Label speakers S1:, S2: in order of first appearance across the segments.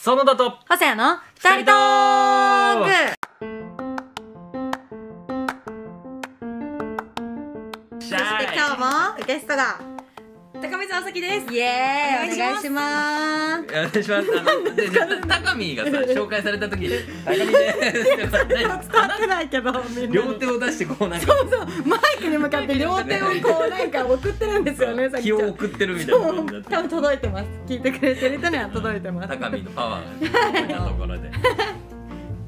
S1: そのだと
S2: 細谷の二人トーク
S1: シ
S2: そ
S1: ャ
S2: して
S1: イ
S2: 今日もゲストが
S3: 高見沢咲です
S2: イエーイお
S3: お願
S2: 願い
S3: い
S2: し
S3: し
S2: ま
S1: お
S2: す
S1: 願いしますあので高見 がさ紹介された時「高見です」
S2: 伝わってないけどみんなに
S1: 両手を出してこうなんか
S2: マイクに向かって両手をこうなんか送ってるんですよねさっき
S1: 気
S2: ちゃん
S1: を送ってるみたいな
S2: そ
S1: 感じ
S2: う
S1: にな
S2: 多
S1: って
S2: 分届いてます聞いてくれてる人には届いてます
S1: 高見のパワーが出てたところで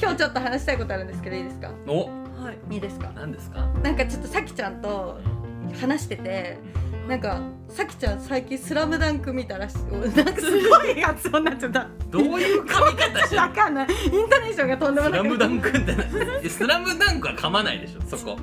S2: 今日ちょっと話したいことあるんですけどいいですか
S1: お
S3: はい
S2: いいですか
S1: 何ですか
S2: なんかちょっとさきちゃんと話しててなんかさきちゃん最近「スラムダンク見たらしい おなんかすごい発音になっちゃった
S1: どういう髪型してる
S2: わ
S1: の
S2: かんないイントネーションがとんでも
S1: ス
S2: な
S1: ラ
S2: く
S1: ムダンクってないスラムダンクは噛まないでしょそこ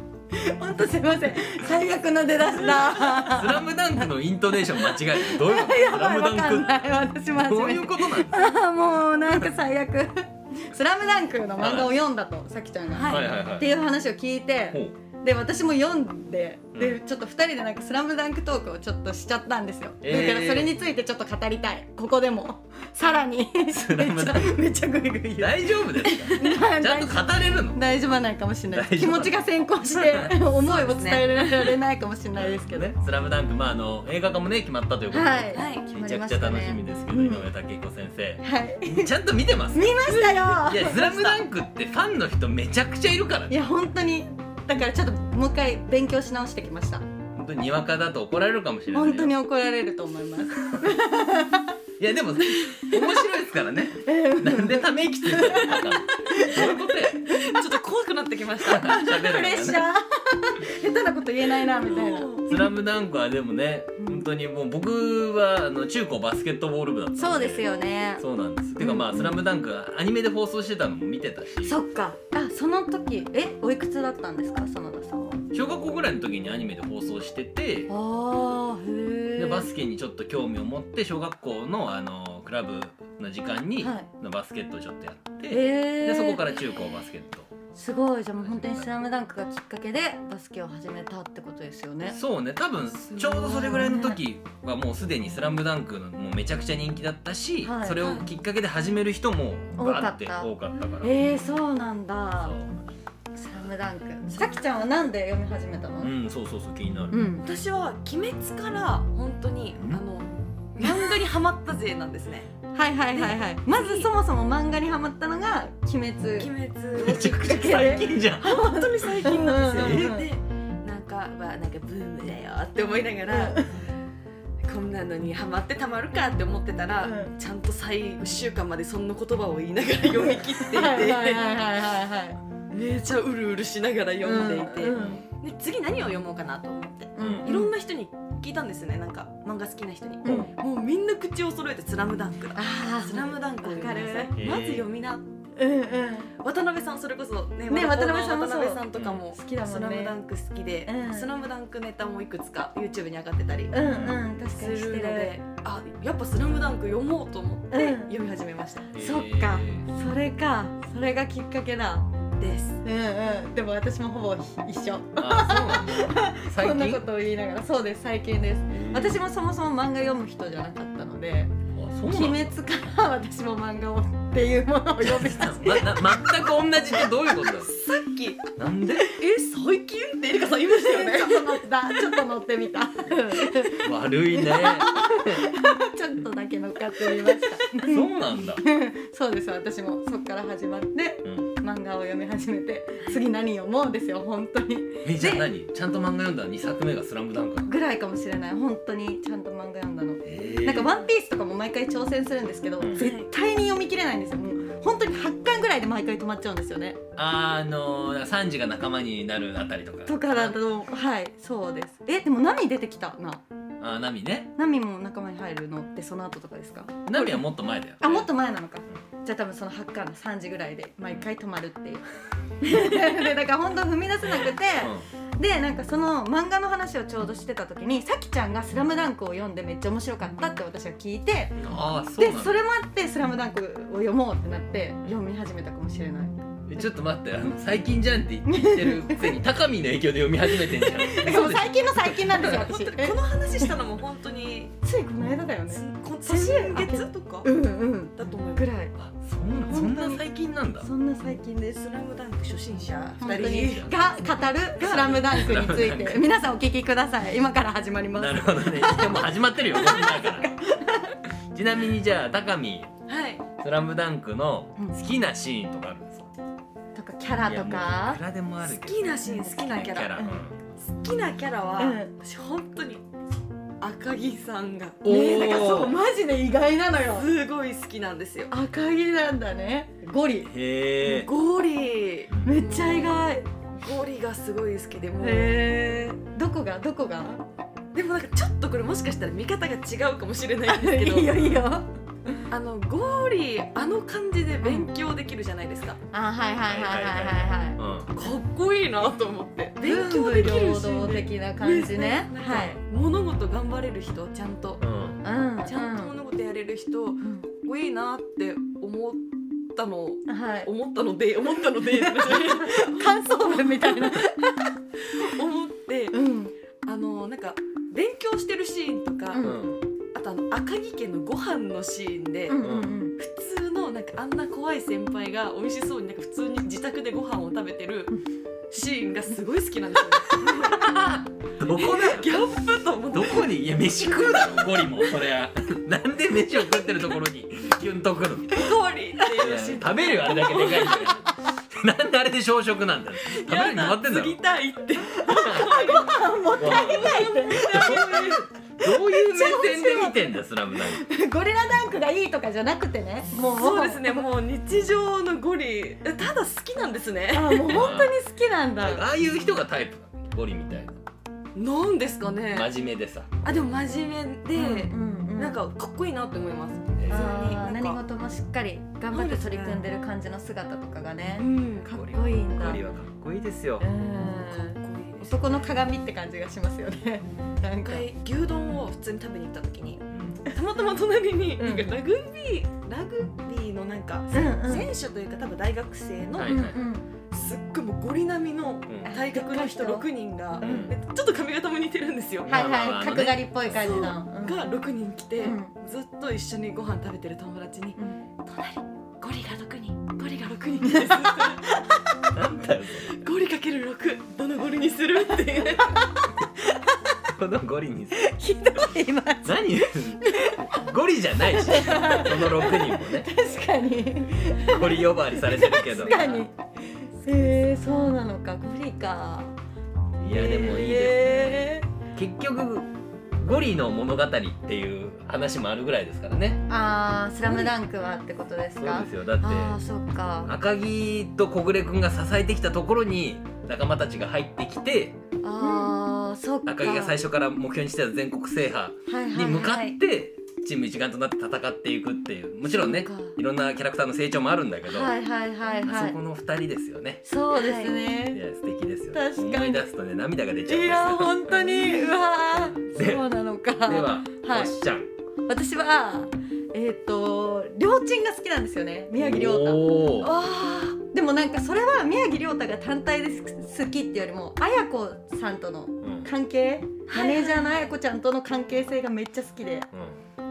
S2: 本当すいません最悪の出だし
S1: ス
S2: だ
S1: ラムダンクのイントネーション間違えてどういうこと
S2: や
S1: ス
S2: ば
S1: ラ
S2: い
S1: ム
S2: わ
S1: ダ
S2: かん
S1: ンク
S2: ない私も初
S1: どう
S2: め
S1: い
S2: て
S1: うことなの
S2: ああ もうなんか最悪「スラムダンクの漫画を読んだとさきちゃんが、
S3: はい
S1: はいはいは
S2: って
S1: い
S2: いう話を聞い
S1: ほ
S2: て
S1: う
S2: で私も読んでで
S1: う
S2: ちょっと2人でなんか「スラムダンクトークをちょっとしちゃったんですよ、
S1: えー
S2: だからそれについてちょっと語りたいここでもさらに
S1: スラムダン
S2: めっちゃめっちゃグイグイ言う
S1: 大丈夫ですかちゃんと語れるの
S2: 大丈夫ないかもしれない
S1: 大丈
S2: 気
S1: 夫
S2: 持ちが先行して思いを伝えられないかもしれないですけど、
S1: ね、スラムダンク、まあ、あの映画化もね、決まったということで。
S2: はい、
S3: はい
S2: 決ま
S1: めち
S2: り
S1: ゃ
S2: ま
S1: くちゃ
S2: したね
S1: 楽しみですけど、
S2: うん
S1: 井上武彦先生。
S2: はい
S1: ちゃんと見て ます。い
S2: 見ましたよ
S1: や、スラムダンクってファンの人めちゃくちゃいるから
S2: い。や本当にだからちょっともう一回勉強し直してきました
S1: 本当ににわかだと怒られるかもしれないよ。
S2: 本当に怒られると思います
S1: いや、でも、面白いですから ね。なんでため息ついてるのか。どういうことや。
S3: ちょっと怖くなってきました
S1: 喋るのが
S2: プレ
S1: ね
S2: ッシャー下手なこと言えないなみたいな
S1: スラムダンクはでもね、本当にもう僕はあの中高バスケットボール部だったんで。
S2: そうです。よね
S1: そうなんです。てかまあ、スラムダンクはアニメで放送してたのも見てたし。
S2: そっかあその時えおいくつだったんですか園田さんは
S1: 小学校ぐらいの時にアニメで放送してて
S2: あーへ
S1: でバスケにちょっと興味を持って小学校のあのクラブの時間に、
S2: はい
S1: のバスケットをちょっとやって、
S2: え
S1: でそこから中高バスケット、
S2: すごいじゃあもう本当に「スラムダンクがきっかけでバスケを始めたってことですよね
S1: そうね多分
S2: すごい
S1: ちょうどそれぐらいの時はもうすでに「スラムダンクもうめちゃくちゃ人気だったし、
S2: はい
S1: それをきっかけで始める人もバーって
S2: 多かった
S1: 多かったから。
S2: えー、そうなんだ
S1: そう
S2: 「スラムダンクさきちゃんはなんで読み始めたの
S1: うん、そうそうそう気になる、
S2: うん
S3: 私は鬼滅から本当に
S1: ん
S3: あの漫画にハマった勢なんですね
S2: はいはいはいはいまずそもそも漫画にハマったのが「鬼
S3: 鬼
S2: 滅」
S3: 滅
S1: め ちゃくちゃ最近じゃん
S3: 本当に最近なんです
S2: う
S3: よ
S2: ん
S3: でなんかはなんかブームだよって思いながらこんなのにハマってたまるかって思ってたら、
S2: うん
S3: ちゃんと最後週間までそんな言葉を言いながら読み切っていて、
S2: はいはいはいはいはいはい
S3: めちゃうるうるしながら読んでいて、
S2: うん
S3: で次何を読もうかなと思って、
S1: うん
S3: いろんな人に聞いたんですよねなんか漫画好きな人に、
S2: うん
S3: もうみんな口を揃えて「スラムダンクだ
S2: ああ
S3: スラムダンクを読みなさい
S2: わ
S1: かる
S3: まず読みな
S2: うんうん
S3: 渡辺さんそれこそね
S2: ね
S3: ワダポ
S2: 渡
S3: ーの
S2: 辺さんもそう
S3: 渡辺さんとかも
S2: 好きだもんね
S3: スラムダンク好きで、
S2: うん
S3: スラムダンクネタもいくつか YouTube に上がってたり
S2: うんうん確
S3: す
S2: かにして
S3: るの
S2: る
S3: で、あやっぱ「スラムダンク読もうと思って
S2: うん
S3: 読み始めました、
S2: そっか
S1: えー
S2: それかそれがきっかけだ
S3: です
S2: うんうんでも私もほぼ一緒
S1: あそうなんだ最近
S2: こんなことを言いながらそうです最近です私もそもそも漫画読む人じゃなかったので
S1: あ
S2: 「
S1: そうな
S2: 鬼
S1: んだ
S2: 滅」から私も漫画をっていうものを読み 出して
S1: なな全く同じってどういうことだよ
S3: さっき「
S1: なんで
S3: え最近?」ってエリカさん言いましたよね
S2: ちょっと乗った ちょっと乗ってみたち
S1: 悪いね
S2: ょっとだけ乗っかってみました
S1: そうなんだ、
S2: そうです私もそっから始まって
S1: うん、
S2: 漫画を読み始めて次何読もうですよ本当に
S1: えじゃあ何ちゃんと漫画読んだ2作目が「スラムダンク
S2: ぐらいかもしれない本当にちゃんと漫画読んだの
S1: えー
S2: なんか「ワンピースとかも毎回挑戦するんですけど、
S1: うん
S2: 絶対に読み切れないんですよもう本当に8巻ぐらいで毎回止まっちゃうんですよね
S1: あのー、サンジが仲間になるあたりとか
S2: とかだとはいそうですえでもナミ出てきたな
S1: あナミね
S2: ナミも仲間に入るのってその後とかですか
S1: ナミはもっと前だよ
S2: あもっと前なのかじゃあ多分その8巻の3時ぐらいで毎回止まるっていう でだから本当踏み出せなくて、
S1: う
S2: でなんかその漫画の話をちょうどしてた時にさきちゃんが「スラムダンクを読んでめっちゃ面白かったって私は聞いて
S1: ん、ああそう
S2: で
S1: なん
S2: そ
S1: だ
S2: れもあって「スラムダンクを読もうってなって読み始めたかもしれない
S1: えちょっと待ってあの最近じゃんって言ってるくせに高見の影響で読み始めてんじゃん
S2: だから
S1: そ
S2: も
S1: う
S2: う
S1: でしょ
S2: 最近の最近なんですよ
S3: 本
S2: 私
S3: 当にこの話したのも本当に
S2: ついこの間だよね
S3: こ
S2: 先
S3: 年月とか
S2: うんうん
S3: だと思います
S2: ぐらい
S1: あそんなそんな最近なんだ
S2: そんな最近です
S3: スラムダンク初心者
S2: 本当
S3: 二
S2: に
S3: 人
S2: が語る「スラムダンクにつ
S1: スラム
S2: い
S1: ダン
S2: て
S1: ク
S2: 皆さんお聞きください今から始まります
S1: なるほどねでも始まってるよこんなんからちなみにじゃあ高見
S3: はい
S1: スラムダンクの好きなシーンとかあるんですか
S2: とかキャラと
S1: いやもうい
S2: か
S1: くらでもある
S3: 好
S1: けど
S3: きなシーン好きなキャラ
S1: うん
S3: 好きなキャラは、
S2: うん
S3: 私本当に赤木さんが
S1: お
S2: ねえだからそう
S1: ー
S2: マジで意外なのよ
S3: すごい好きなんですよ
S2: 赤木なんだねゴリ
S1: へえ
S3: ゴリ
S2: めっちゃ意外へ
S3: ゴリがすごい好きでもう
S2: えどこがどこが
S3: でもなんかちょっとこれもしかしたら見方が違うかもしれ ないん
S2: い
S3: ですけど
S2: いよいいよあ
S3: あのゴリあの感じで勉強できるじゃないですか、
S2: はいはいはいはいはいは
S1: う
S2: い
S1: ん
S3: かっこいいなと思って勉
S2: 文
S3: 強
S2: 武
S3: できる
S2: 両
S3: し
S2: 道的な感じね
S3: なんか
S2: はい
S3: 物事頑張れる人ちゃんと
S1: うん
S2: うん
S3: ちゃんと物事やれる人かっこいいなって思ったの
S2: うんはい
S3: 思ったので思った ので
S2: 感想文みたい な
S3: 思って
S2: うん
S3: あのなんか勉強してるシーンとか、
S2: うん
S1: うん
S3: あとあの赤城家のご飯のシーンで、
S2: うんうん
S3: 普通のなんかあんな怖い先輩が美味しそうになんか普通に自宅でご飯を食べてる
S2: うん
S3: シーンがすごい好きな んですよ。
S1: どこだよ
S3: ギャップと 思って
S1: どこにいや飯食うだろゴリもそりゃなんで飯を食ってるところにキュンとくるの
S3: 通りっていうシーン
S1: 食べるよあれだけでかいんだからなんであれで小食なんだよ食べるに
S3: や
S1: 決まってんだ
S3: だ
S1: ろ
S3: 継ぎたいって
S2: もったいないって
S1: どういう目線で見てんだよスラムダンク
S2: ゴリラダンクがいいとかじゃなくてねもう
S3: そうですねもう日常のゴリえただ好きなんですね
S2: あもう本当に好きなんだ
S1: ああいう人がタイプなのゴリみたい
S3: なんですかね
S1: な真面目でさ
S3: あでも真面目で、
S2: うんうん
S3: なんかかっこいいなって思います
S1: え
S3: 普通
S1: ー
S3: に
S2: あー
S3: なんか
S2: 何事もしっかり頑張って取り組んでる感じの姿とかがね
S3: うん
S2: かっこいいんだ
S1: ゴリはかっこいいですよ
S2: うん
S3: こいいです
S2: 男の鏡って感じがしますよねなん
S3: 一
S2: か
S3: 回牛丼を普通に食べに行った時に
S1: うん
S3: たまたま隣に
S2: う
S3: なんんかラグビーラグビーのなんか
S2: うんうん
S3: 選手というか多分大学生の
S1: はい
S2: うん
S3: すっごいもうゴリ並みの
S1: うん
S3: 体格の人
S2: うん
S3: 6人が
S1: う、ん
S3: でちょっと髪型も似てるんですよ、
S2: うんはい
S1: まあまあま
S2: は
S1: あ
S2: い
S1: ね
S2: 角刈りっぽい感じのうん
S3: が6人来て、
S2: うん
S3: ずっと一緒にご飯食べてる友達に
S2: うん
S3: 「隣ゴリが6人ゴリが6人」ってずっと
S1: なんだよそ
S3: ゴリかける6どのゴリにする?」っていう
S1: れこのゴリにさ
S2: ひどいマジ
S1: 何ゴリじゃないしその6人もね
S2: 確かに
S1: ゴリ呼ばわりされてるけど
S2: 確かにえー、そうなのかゴリか
S1: いやでもいいです
S2: です
S1: 結局ゴリの物語っていう話もあるぐらいですからね
S2: あースラムダンクはってことです
S1: そう
S2: か
S1: ですよだって
S2: ああそっか
S1: 赤木と小暮君が支えてきたところに仲間たちが入ってきて
S2: あーそっか
S1: 赤木が最初から目標にしてた全国制覇
S2: はいはいは
S1: に
S2: い
S1: 向かってチーム一丸となって戦っていくっていうもちろんね
S2: そっか
S1: いろんなキャラクターの成長もあるんだけど、
S2: はいはいはい
S1: あ
S2: は
S1: そ
S2: い
S1: この2人ですよね
S2: そうです
S1: い
S2: ね、
S1: や素敵ですよ
S2: 確かに
S1: 思い出すとね涙が出ちゃうん
S2: い、
S1: ですよ
S2: や本当にうわー
S1: で
S2: そうなのか
S1: では、
S2: はい
S1: おっしゃん
S2: 私はえっ、と両親が好きなんですよね宮城亮太
S1: おー
S3: あ
S2: でもなんかそれは宮城亮太が単体です好きっていうよりも綾子さんとの
S1: うんうん
S2: 関係マ
S3: はい
S2: ネージャーの綾子ちゃんとの関係性がめっちゃ好きで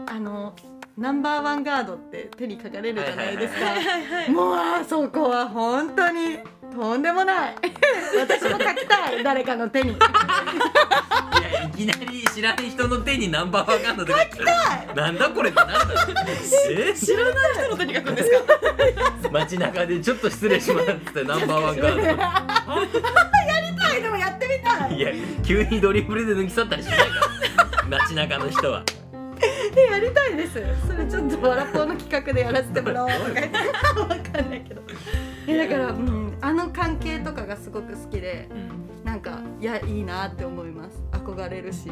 S2: あのナンバーワンガードって手に書かれるじゃないですか、
S1: は
S3: はいはいはい
S2: もうあそこは本当にとんで もない私も書きたい誰かの手に
S1: いやいきなり知らん人の手にナンバーワンカードで書きたいなんだこれってなんだ え
S3: 知らない人の手に書くんですか
S1: 街中でちょっと失礼しますってナンバーワンカード
S2: はいでもやってみたい
S1: いや急にドリブルで抜き去ったりしないから街中の人は
S2: やりたいですそれちょっとわらぽーの企画でやらせてもらおうとか言っ てわかんないけどいやだから、うん、あの関係とかがすごく好きで
S1: うん
S2: なんかいやいいなって思います憧れるし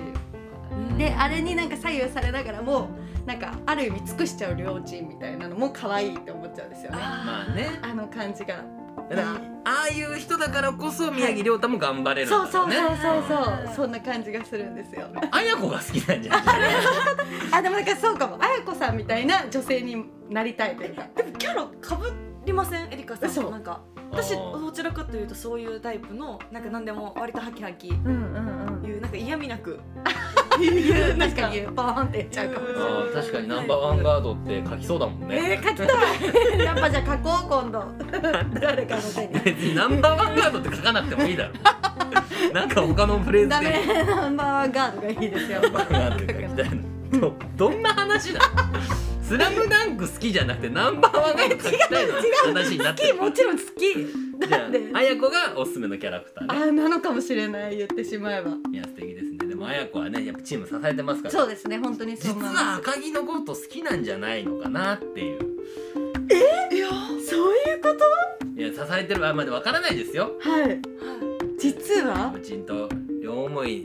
S2: であれになんか左右されながらもなんかある意味尽くしちゃう両親みたいなのも可愛いって思っちゃうんですよね
S1: まあね
S2: あの感じが
S1: だからああいう人だからこそ宮城亮太も頑張れるんだ
S2: そう
S1: ろ
S2: そうう
S1: ね
S2: そうそう
S3: は
S2: そう
S3: い
S2: そんな感じがするん ですよ
S1: 綾子が好きなんじゃな い
S2: あでもなんかそうかも彩子さんみたいな女性になりたいというか
S3: でもキャラかぶりませんエリカさん
S2: そう
S3: なんか私
S1: あー
S3: どちらかというとそういうタイプのなんか何でも割とハキハキ
S2: うんうん
S3: 言うなんか嫌味なく
S2: 言う
S3: な
S2: 確
S3: ん
S2: か
S3: か
S2: に言うポーンって言っちゃうかもし
S1: あ
S2: れない
S1: ー確かにナンバーワンガードって書きそうだもん
S2: え
S1: ね
S2: ー、書きた いやっぱじゃあ書こう 今度誰かの手に
S1: 別にナンバーワンガードって書かなくてもいいだ ろなんか他のフレーズ
S2: ダ
S1: で
S2: メナンバーワンガードがいいですよ
S1: ナンバーワンガードって書きたいのどどんな話だスラムダンク好きじゃなくてナンバーワンガード書きたいの話になっ
S2: 好
S1: て
S2: き
S1: る
S2: もちろん好き
S1: じゃ
S2: だって
S1: あ綾子がおすすめのキャラクター
S2: あ
S1: ね
S2: なのかもしれない言ってしまえば
S1: いや素敵ですねでも綾子はねやっぱチーム支えてますから
S2: そうですね本当にそう
S1: 実
S2: 思い
S1: は
S2: ま
S1: 赤木のこと好きなんじゃないのかなっていう
S2: すいやそういうこと
S1: いや支えてるあまだわからないですよ
S2: はい実は
S1: 無賃と両思い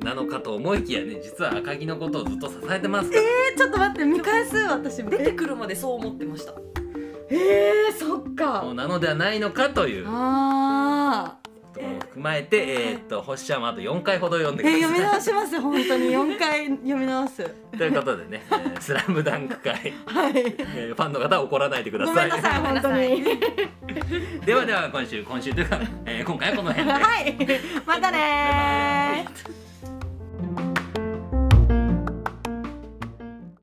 S1: なのかと思いきやね実は赤木のことをずっと支えてますから、
S2: えちょっと待って見返す私
S3: 出てくるまでそう思ってました
S2: ええー、そっ
S1: そう
S2: か
S1: なのではないのかということ
S2: あー
S1: も踏まえて、えーっと星ちゃんはあと4回ほど読んでく
S2: え
S1: ださい、
S2: ー、読み直します本当に4回読み直す
S1: ということでね「えースラムダンク会、
S2: はい
S1: えーファンの方は怒らないでくだ
S2: ご
S1: さ
S2: めん
S1: い
S2: なさい本当に
S1: ではでは今週今週というか、えー今回はこの辺で。
S2: はいまたねー